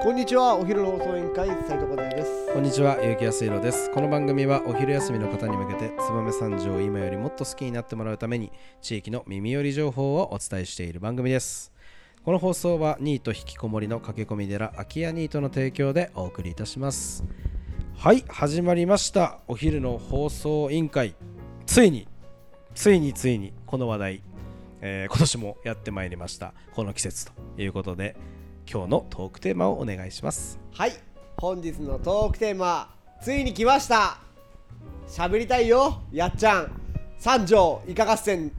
こんにちはお昼の放送委員会斉藤和也ですこんにちは、ゆうきやすいろです。この番組はお昼休みの方に向けて、燕三条を今よりもっと好きになってもらうために、地域の耳寄り情報をお伝えしている番組です。この放送は、ニート引きこもりの駆け込み寺、空き家ニートの提供でお送りいたします。はい、始まりました。お昼の放送委員会。ついに、ついについに、この話題、えー今年もやってまいりました。この季節ということで、今日のトークテーマをお願いします。はい本日のトークテーマついに来ました喋りたいよやっちゃん三条いか合戦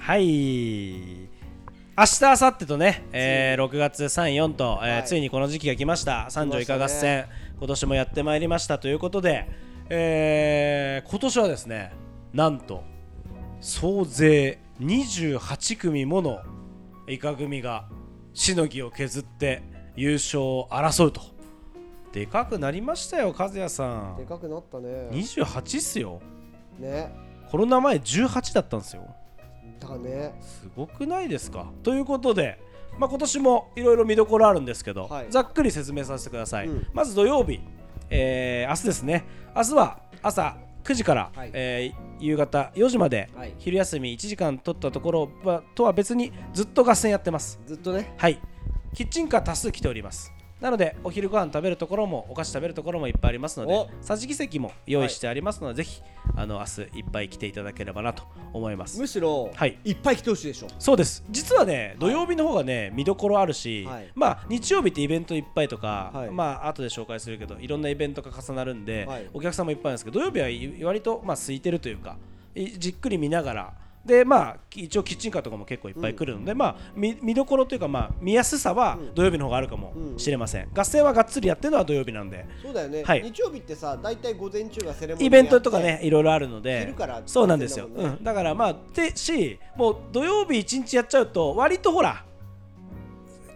はい明日明後日とね、えー6月34と、えーはいついにこの時期が来ました三条いか合戦、今年もやってまいりましたということで、えー今年はですねなんと総勢28組ものイカ組がしのぎを削って優勝を争うとでかくなりましたよ和也さでんかくなったね28っすよねコロナ前18だったんですよだからねすごくないですかということで、まあ、今年もいろいろ見どころあるんですけど、はいざっくり説明させてください、うんまず土曜日、えー明日ですね明日は朝9時から、はいえー夕方4時まで、はい昼休み1時間取ったところはとは別にずっと合戦やってますずっとねはいキッチンカー多数来ておりますなのでお昼ご飯食べるところもお菓子食べるところもいっぱいありますのでお桟敷席も用意してありますので、ぜひあの明日いっぱい来ていただければなと思いますむしろ、はいいっぱい来てほしいでしょそうです実はね土曜日の方がね、見どころあるし、はいまあ日曜日ってイベントいっぱいとか、はいまあ後で紹介するけどいろんなイベントが重なるんで、はいお客さんもいっぱいなんですけど土曜日はい割とまあ空いてるというかいじっくり見ながらでまあ一応キッチンカーとかも結構いっぱい来るので、まあ見見どころというかまあ見やすさはうん土曜日の方があるかもしれません、合戦はがっつりやってるのは土曜日なんでそうだよね、はい日曜日ってさ大体午前中がセレモニーイベントとかやっねいろいろあるので昼からそうなんですよ、やってんだもうんねん、だからまあでしもう土曜日一日やっちゃうと割とほら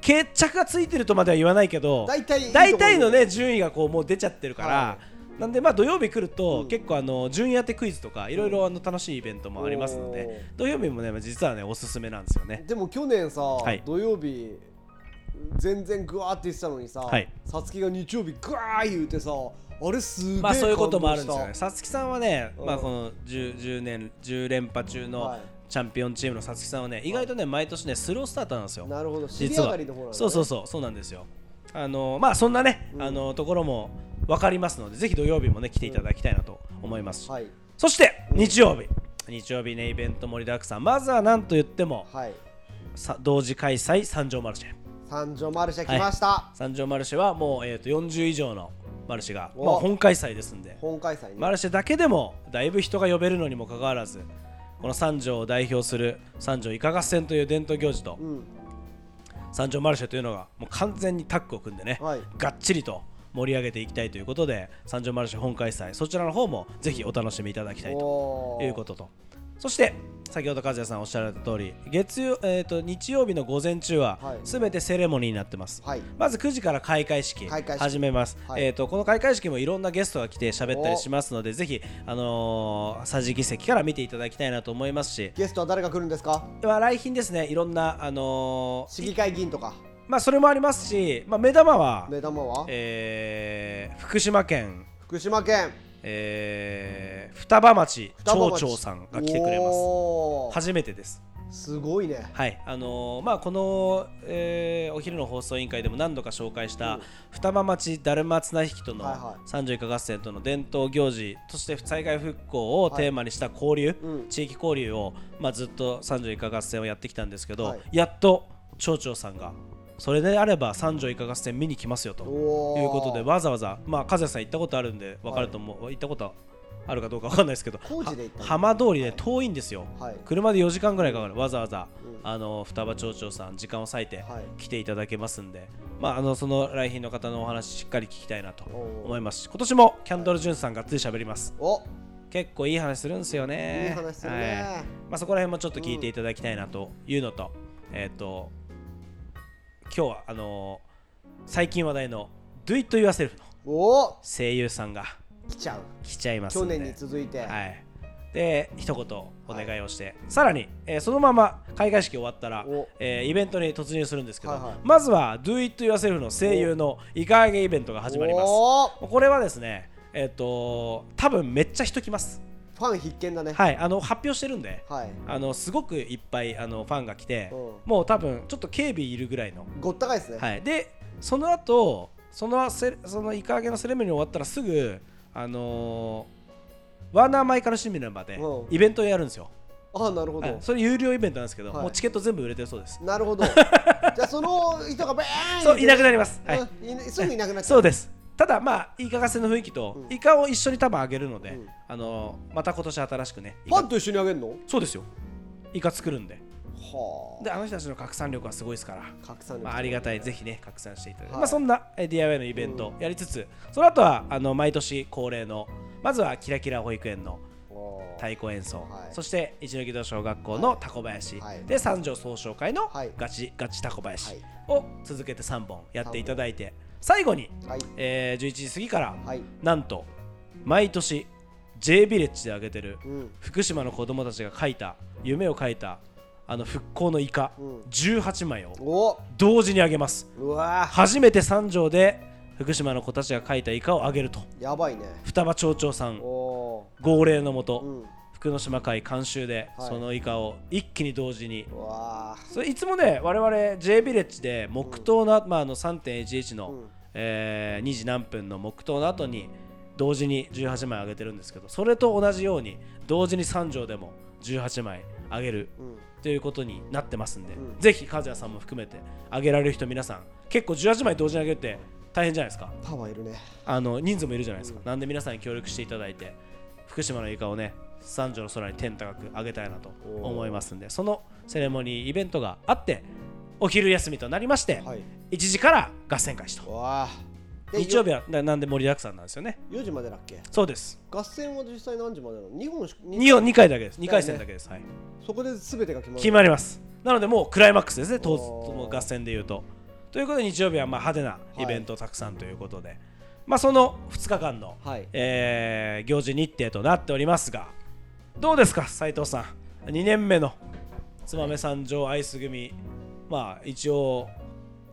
決着がついてるとまでは言わないけど大体いいとこ大体のね順位がこうもう出ちゃってるから、はなんでまあ土曜日来ると、うん結構あの順位当てクイズとかいろいろあの楽しいイベントもありますので土曜日もね実はねおすすめなんですよねでも去年さ、い土曜日全然グワーって言ってたのにさ、はいさつきが日曜日グワー言うてさあれすげえまあそういうこともあるん感動でしすたよねさつきさんはね、うんまあこの 10, 10年10連覇中はのいチャンピオンチームのさつきさんはね意外とね毎年ねスロースターターなんですよなるほど尻実上はがりの方なんだ、ね、そうそうそうそうなんですよあのまあそんなね、うんあのところも分かりますのでぜひ土曜日もね来ていただきたいなと思いますし、はいそして日曜日日曜日ねイベント盛りだくさんまずはなんと言ってもはいさ同時開催三条マルシェ三条マルシェ来ました、三条マルシェはもう、えー、と40以上のマルシェが、おまあ、本開催ですんで本開催ね、マルシェだけでもだいぶ人が呼べるのにもかかわらずこの三条を代表する三条いか合戦という伝統行事とうん三条マルシェというのがもう完全にタッグを組んでね、はいがっちりと盛り上げていきたいということで三条マルシェ本開催そちらの方もぜひお楽しみいただきたいとおーいうこととそして先ほど和也さんおっしゃられた通り月曜、えー、と日曜日の午前中ははい全てセレモニーになってます、はいまず9時から開会式開会式始めます、はいえー、とこの開会式もいろんなゲストが来て喋ったりしますのでぜひ、あのー、桟敷席から見ていただきたいなと思いますしゲストは誰が来るんですかまあ来賓ですねいろんな、あの市ー議会議員とかまあ、それもありますし、まあ、目玉は、目玉は、えー福島県、福島県えー双葉町双葉町町長さんが来てくれますおー初めてですすごいねはいあのーまあこの、えーお昼の放送委員会でも何度か紹介した双葉町だるま綱引きとのはいはい三条いか合戦との伝統行事そして災害復興をテーマにした交流、うん地域交流を、まあ、ずっと三条いか合戦をやってきたんですけど、はいやっと町長さんがそれであれば三条いか合戦見に来ますよとといいうことでわざわざまあ和也さん行ったことあるんでわかると思う、行ったことあるかどうかわかんないですけど工事で行ったのは浜通りで遠いんですよ、はい車で4時間ぐらいかかるわざわざ、うんあの双葉町長さん時間を割いてはい来ていただけますんで、まああのその来賓の方のお話しっかり聞きたいなとおー思いますし今年もキャンドル・ジュンさんがっつり喋りますお結構いい話するんですよねいい話するねはいまあ、そこら辺もちょっと聞いていただきたいなというのと、えっ、と今日はあのー最近話題の Do It Yourself のお声優さんが来ちゃう来ちゃいます去ので年に続いて、はいで一言お願いをして、さらに、えーそのまま開会式終わったらお、えーイベントに突入するんですけど、はいはいまずは Do It Yourself の声優のイカ揚げイベントが始まりますおーこれはですねえっ、と多分めっちゃ人来ますファン必見だねはいあの発表してるんではいあのすごくいっぱいあのファンが来てうんもう多分ちょっと警備いるぐらいのごった返ですねはい、でその後そのせそのイカ揚げのセレモニー終わったらすぐあのーワーナーマイカルシミナまでうんイベントをやるんですよ、ああなるほはいどそれ有料イベントなんですけど、はいもうチケット全部売れてるそうですなる ほどじゃあその人がバーンそういなくなります、はいうんいなすぐいなくなっちゃそううですただまあイカ合戦の雰囲気と、うんイカを一緒に多分あげるので、うんあのーまた今年新しくねイフカァンと一緒にあげるのそうですよイカ作るんではであの人たちの拡散力はすごいですからあ拡散まあ、ありがたい、ぜひね、拡散していただいて、はいまあ、そんなえー DIY のイベントをやりつつ、その後はあの毎年恒例の、まずはキラキラ保育園の太は鼓演奏、はいそして一ノ木戸小学校のタコ林、はいで三条総称会のはいガチ、ガチタコ林はいを続けて3本やっていただいて、最後に、いえー11時過ぎから、はいなんと毎年 J ビレッジであげてるうん福島の子供たちが書いた夢を書いたあの復興のイカ、うん18枚をお同時にあげます。うわ初めて三条で福島の子たちが描いたイカをあげるとーやばいね双葉町長さんお号令のもーうとん福の島会監修ではいそのイカを一気に同時にうわーそれいつもね我々 J ビレッジで黙祷の、まあ、あの3.11の、うんえー2時何分の黙祷の後に同時に18枚あげてるんですけどそれと同じように同時に三条でも18枚あげるうんということになってますんで、うんぜひ和也さんも含めてあげられる人皆さん結構18枚同時にあげるって大変じゃないですかパワーいるねあの人数もいるじゃないですか、なんで皆さんに協力していただいて福島のイカをね三条の空に天高く上げたいなと思いますんでそのセレモニーイベントがあってお昼休みとなりまして、はい1時から合戦開始うとわーで日曜日はななんで盛りだくさんなんですよね4時までだっけそうです合戦は実際何時までなの2本しか 2, 2回だけです2回戦だけです、はい、そこで全てが決まる決まりますなのでもうクライマックスですね当日おーもう合戦でいうとということで日曜日はまあ派手なイベントたくさんということで、まあその2日間の、はいえー行事日程となっておりますがどうですか斉藤さん2年目の燕三条アイス組まあ一応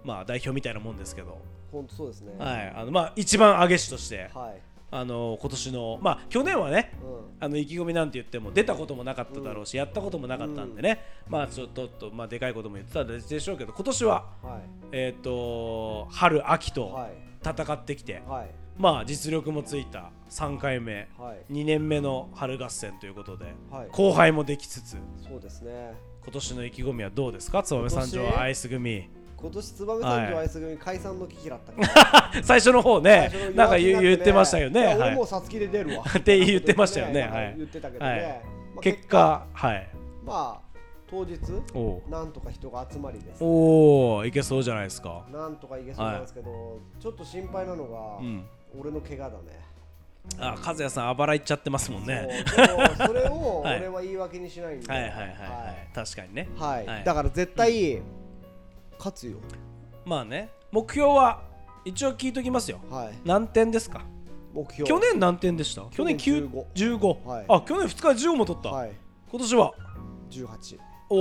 まあ代表みたいなもんですけど、本当そうですねはいあのまあ、一番上げ師としてはいあの今年のまあ去年はねうんあの意気込みなんて言っても出たこともなかっただろうし、やったこともなかったんでね、まあちょっとと、まあ、でかいことも言ってたでしょうけど今年は、はいえー、と春秋とはい戦ってきて、はいまあ実力もついた3回目、はい2年目の春合戦ということで、はい後輩もできつつそうですね今年の意気込みはどうですか燕三今条年アイス組今年燕三条アイス組解散の危機だったから最初の方最ね初の夜なんか明けに言なうて言ってましたよいねやは俺いもうサツキで出るわって言ってましたよねなんかはい言ってたけどはいねまあ結果はいまあ当日おうなんとか人が集まりですおおいけそうじゃないですかなんとかいけそうなんですけどちょっと心配なのがうん俺の怪我だ ねあ和也さんあばらいっちゃってますもんねそうでもそれをはい俺は言い訳にしないんではいはいはいはい確かにねはいはいだから絶対勝つよまあね目標は一応聞いときますよはい何点ですか目標去年何点でした去年去年9 15、はいあ去年2日で15も取った、はい今年は18お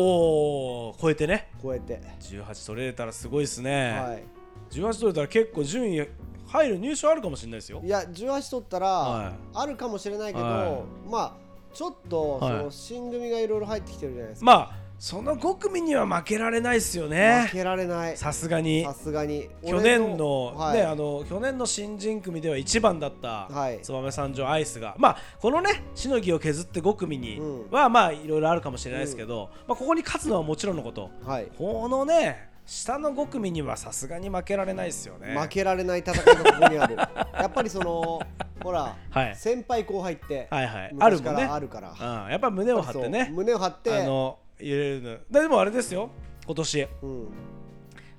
お超えてね超えて18取れたらすごいですね、はい18取れたら結構順位入る入賞あるかもしれないですよいや18取ったら、はいあるかもしれないけど、はまあちょっとそはいの新組がいろいろ入ってきてるじゃないですか、まあその5組には負けられないですよね負けられないささすがにすがに去年の,、俺ねはあの去年の新人組では1番だったはい燕三条アイスが、まあこのねしのぎを削って5組にうんは、まあいろいろあるかもしれないですけど、まあ、ここに勝つのはもちろんのことはい、このね下の5組にはさすがに負けられないですよね負けられない戦いがここにあるやっぱりそ のほら、はい先輩後輩って、はいはいある昔かもんねらあるからうん、やっぱ胸を張ってそねう胸を張ってあの入れるのでもあれですよ今年うん、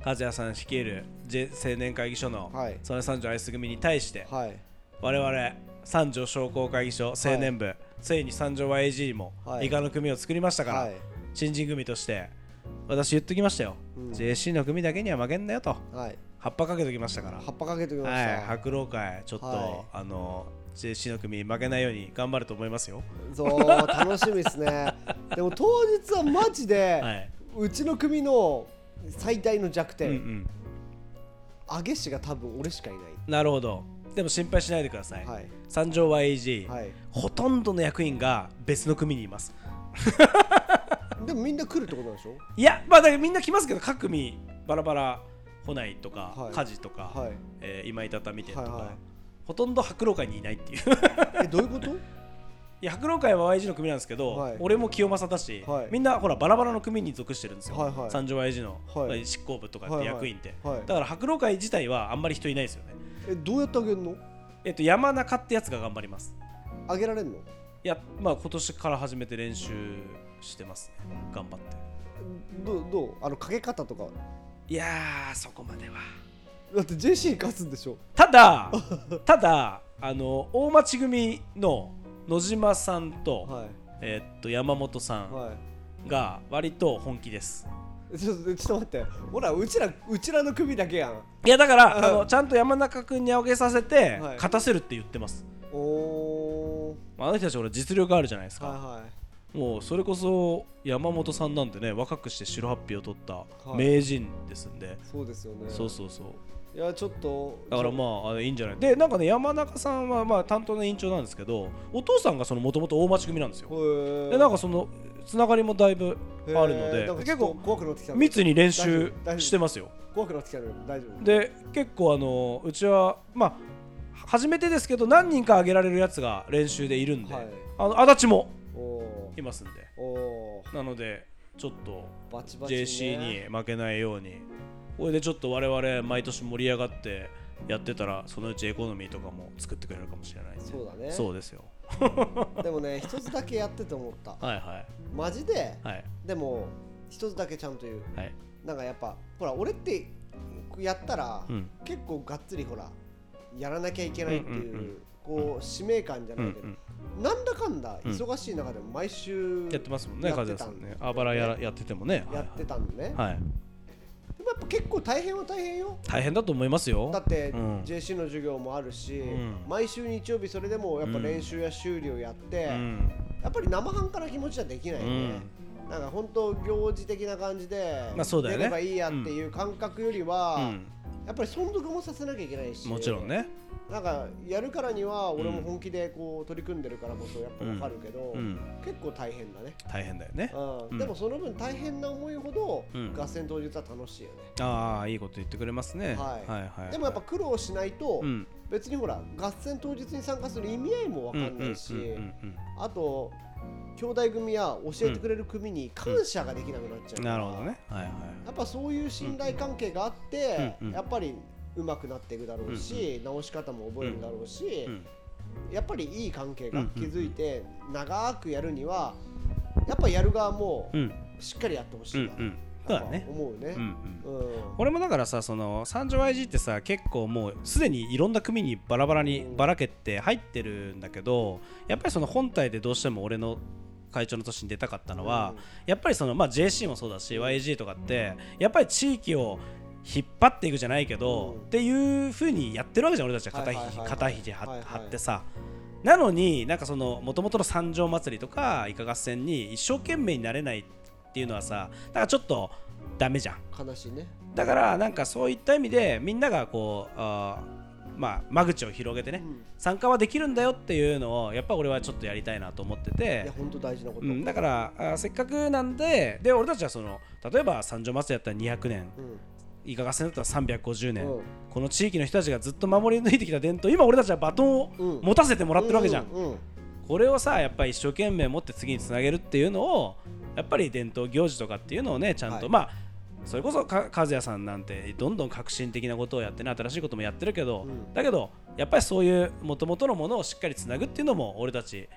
和也さん率いる、J、青年会議所のはい燕三条アイス組に対して、はい我々三条商工会議所青年部、ついに三条 YAG もはいイカの組を作りましたから、はい新人組として私言っときましたよ、うん JC の組だけには負けんなよとはい葉っぱかけときましたから葉っぱかけておきましはいた、白老会ちょっと、はいあの JC の組負けないように頑張ると思いますよ。そう楽しみですねでも当日はマジで、はい。うちの組の最大の弱うんう点、ん。あげしが多分俺しかいないなるほど。でも心配しないでください。はい三条 YAG、はいほとんどの役員が別の組にいます。でもみんな来るってことなんでしょいや、まあだからみんな来ますけど、各組バラバラ、ホナイとか、はいカジとか、はいえー今井畳店とか、はいはいほとんど白老会にいないっていう。えどういうこといや白老会は YG の組なんですけど、はい俺も清正だし、はいみんなほらバラバラの組に属してるんですよ、はいはい三条 YG の、はい執行部とかっはていはい役員って、はいだから白老会自体はあんまり人いないですよねえどうやってあげるのえっと山中ってやつが頑張りますあげられんのいやまあ今年から始めて練習してますね頑張ってどうどうあのかけ方とかいやーそこまではだって JC に勝つんでしょただただあの大町組の野島さんと,、はえっと山本さいんはが割と本気ですいちょっとちょっと待ってほらうちらうちらの組だけやんいやだから、うんあのちゃんと山中君に上げさせて、はい勝たせるって言ってますおーまああの人たち俺実力あるじゃないですか、はもうそれこそ山本さんなんてね若くして白ハッピーを取ったい名人ですんで、いそうですよねそうそうそういやちょっとだからちょまああのいいんじゃないでなんかね山中さんはまあ担当の委員長なんですけどお父さんがそのもともと大町組なんですよ、へでなんかそのつながりもだいぶあるので結結構構怖くなってきたね密に練習大丈夫大丈夫してますよ怖くなってきたの大丈夫で結構あのうちはまあ初めてですけど何人か挙げられるやつが練習でいるんで、はいあの足立もおいますんでーおーなのでちょっとバチバチ、ね、 JC に負けないようにこれでちょっと我々毎年盛り上がってやってたらそのうちエコノミーとかも作ってくれるかもしれないんでそうだねそうですよでもね一つだけやってて思ったはいはマジでいはいでも一つだけちゃんと言うはいなんかやっぱほら俺ってやったら、うん結構がっつりほらやらなきゃいけないっていう,、うんうんうんこう使命感じゃうんなういけど、んなんだかんだうん忙しい中でも毎週やってますもんねや風って邪たさんんねあばらやらやっててもねやってたんでね、はい、はい、でもやっぱ結構大変は大変よ大変だと思いますよだってうん JC の授業もあるし、ん毎週日曜日それでもやっぱ練習や修理をやって、うんやっぱり生半可な気持ちじゃできないよね、なんか本当行事的な感じで、まあそうだよね出ればいいやっていう感覚よりは、うんやっぱり存続もさせなきゃいけないしもちろんねなんかやるからには俺も本気でこう取り組んでるからこそやっぱ分かるけど、うん結構大変だね、大変だよねうんうんでもその分大変な思いほど、うん合戦当日は楽しいよね、ああいいこと言ってくれますね、はいはいはいでもやっぱ苦労しないと、うん別にほら合戦当日に参加する意味合いも分かんないし、うんうんうんあと兄弟組や教えてくれる組に感謝ができなくなっちゃう、うんから、なるほどねはいはいやっぱそういう信頼関係があって、うんうんやっぱり上手くなっていくだろうし、直し方も覚えるだろうし、うんやっぱりいい関係がうんうんうん築いて長くやるにはやっぱやる側もうんしっかりやってほしうんいうな、んそうだね思うねう。んうんうん俺もだからさその三条 YG ってさ結構もうすでにいろんな組にバラバラにばらけて入ってるんだけどやっぱりその本体でどうしても俺の会長の年に出たかったのは、うんやっぱりその、まあ、JC もそうだし YG とかってやっぱり地域を引っ張っていくじゃないけど、うんっていう風にやってるわけじゃん俺たちは肩ひはいはいはいはい肩肘はい張はい張ってさ。なのになんかその元々の三条祭りとかいか合戦に一生懸命になれないっていうのはさだからちょっとダメじゃん悲しいね。だからなんかそういった意味でみんながこうあーまあ間口を広げてね、うん参加はできるんだよっていうのをやっぱ俺はちょっとやりたいなと思っていやて、本当大事なこと。うん、だからあーせっかくなんでで俺たちはその例えば三条祭りだったら200年うんいかがせだったら350年、うんこの地域の人たちがずっと守り抜いてきた伝統今俺たちはバトンうんを持たせてもらってるわけじゃん、ううこれをさやっぱり一生懸命持って次につなげるっていうのをやっぱり伝統行事とかっていうのをねちゃんと、はいまあそれこそか和也さんなんてどんどん革新的なことをやってね新しいこともやってるけど、うんだけどやっぱりそういうもともとのものをしっかりつなぐっていうのも俺たち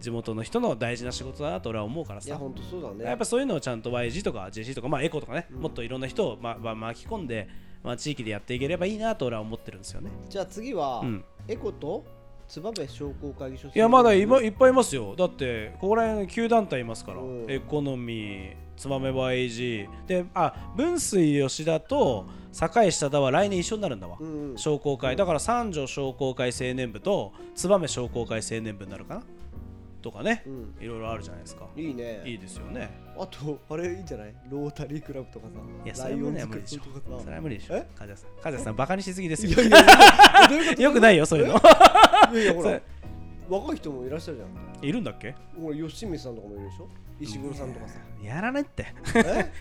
地元の人の大事な仕事だなと俺は思うからいやさ本当そうだね。やっぱそういうのをちゃんと YG とか JC とか、まあ、エコとかね、うんもっといろんな人を、まま巻き込んで、まあ、地域でやっていければいいなと俺は思ってるんですよね。じゃあ次は、うんエコと燕商工会議所。いやまだいまいっぱいいますよだってここら辺9団体いますから、うんエコノミーつばめば AG であ分水吉田と堺下田は来年一緒になるんだわ、うんうん商工会だから三条商工会青年部と燕商工会青年部になるかなとかね、うんいろいろあるじゃないですかいいねいいですよねあとあれいいんじゃないロータリークラブとかさいやそラれイはオンねズ無クラブ理でしょとかさそれは無理でしょえ梶谷さん梶谷さんバカにしすぎですよいやいやどういうこ よくないよそういうのといやいやほそられ若い人もいらっしゃるじゃんいるんだっけほら吉見さんとかもいるでしょ石黒さんと かさやらねって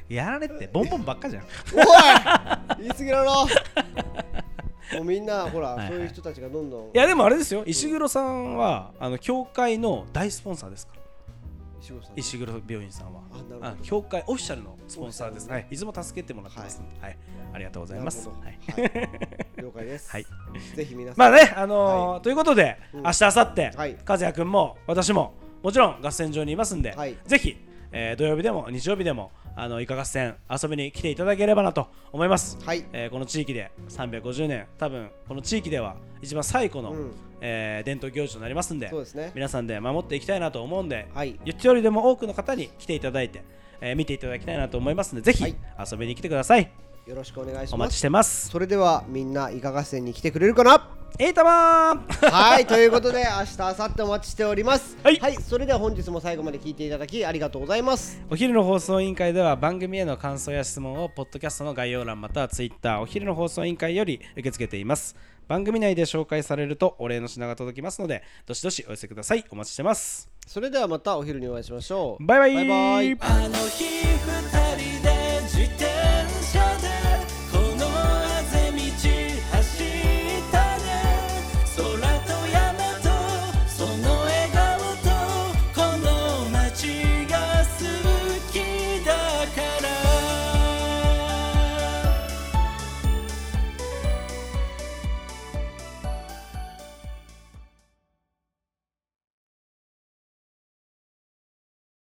えやらねってボンボンばっかじゃんおい言い過ぎだろ もうみんなほら、いはいそういう人たちがどんどんいやでもあれですよ石黒さんはあの教会の大スポンサーですから石黒さんね石黒病院さんはあなるほどあ教会オフィシャルのスポンサーでオフィシャルのすねはいいつも助けてもらってますんではいありがとうございますなはるいほどはい了解ですはいぜひ皆さんまあねあのーということでうん明日明後日はい和也くんも私ももちろん合戦場にいますんではいぜひえー土曜日でも日曜日でもあのイカ合戦遊びに来ていただければなと思いますはいえーこの地域で350年多分この地域では一番最古の、うんえー伝統行事となりますんでそうですね皆さんで守っていきたいなと思うんで、はい言ってよりでも多くの方に来ていただいて、えー見ていただきたいなと思いますのでぜひはい遊びに来てくださいよろしくお願いしおま待ちしすてますそれではみんないかがせに来てくれるか なえいたまーはいということで明日明後日お待ちしておりますはいそれでは本日も最後まで聞いていただきありがとうございます お昼の放送委員会では番組への感想や質問をポッドキャストの概要欄または Twitter お昼の放送委員会より受け付けています番組内で紹介されるとお礼の品が届きますのでどしどしお寄せくださいお待ちしてますそれではまたお昼にお会いしましょうバイバイバイバイあの日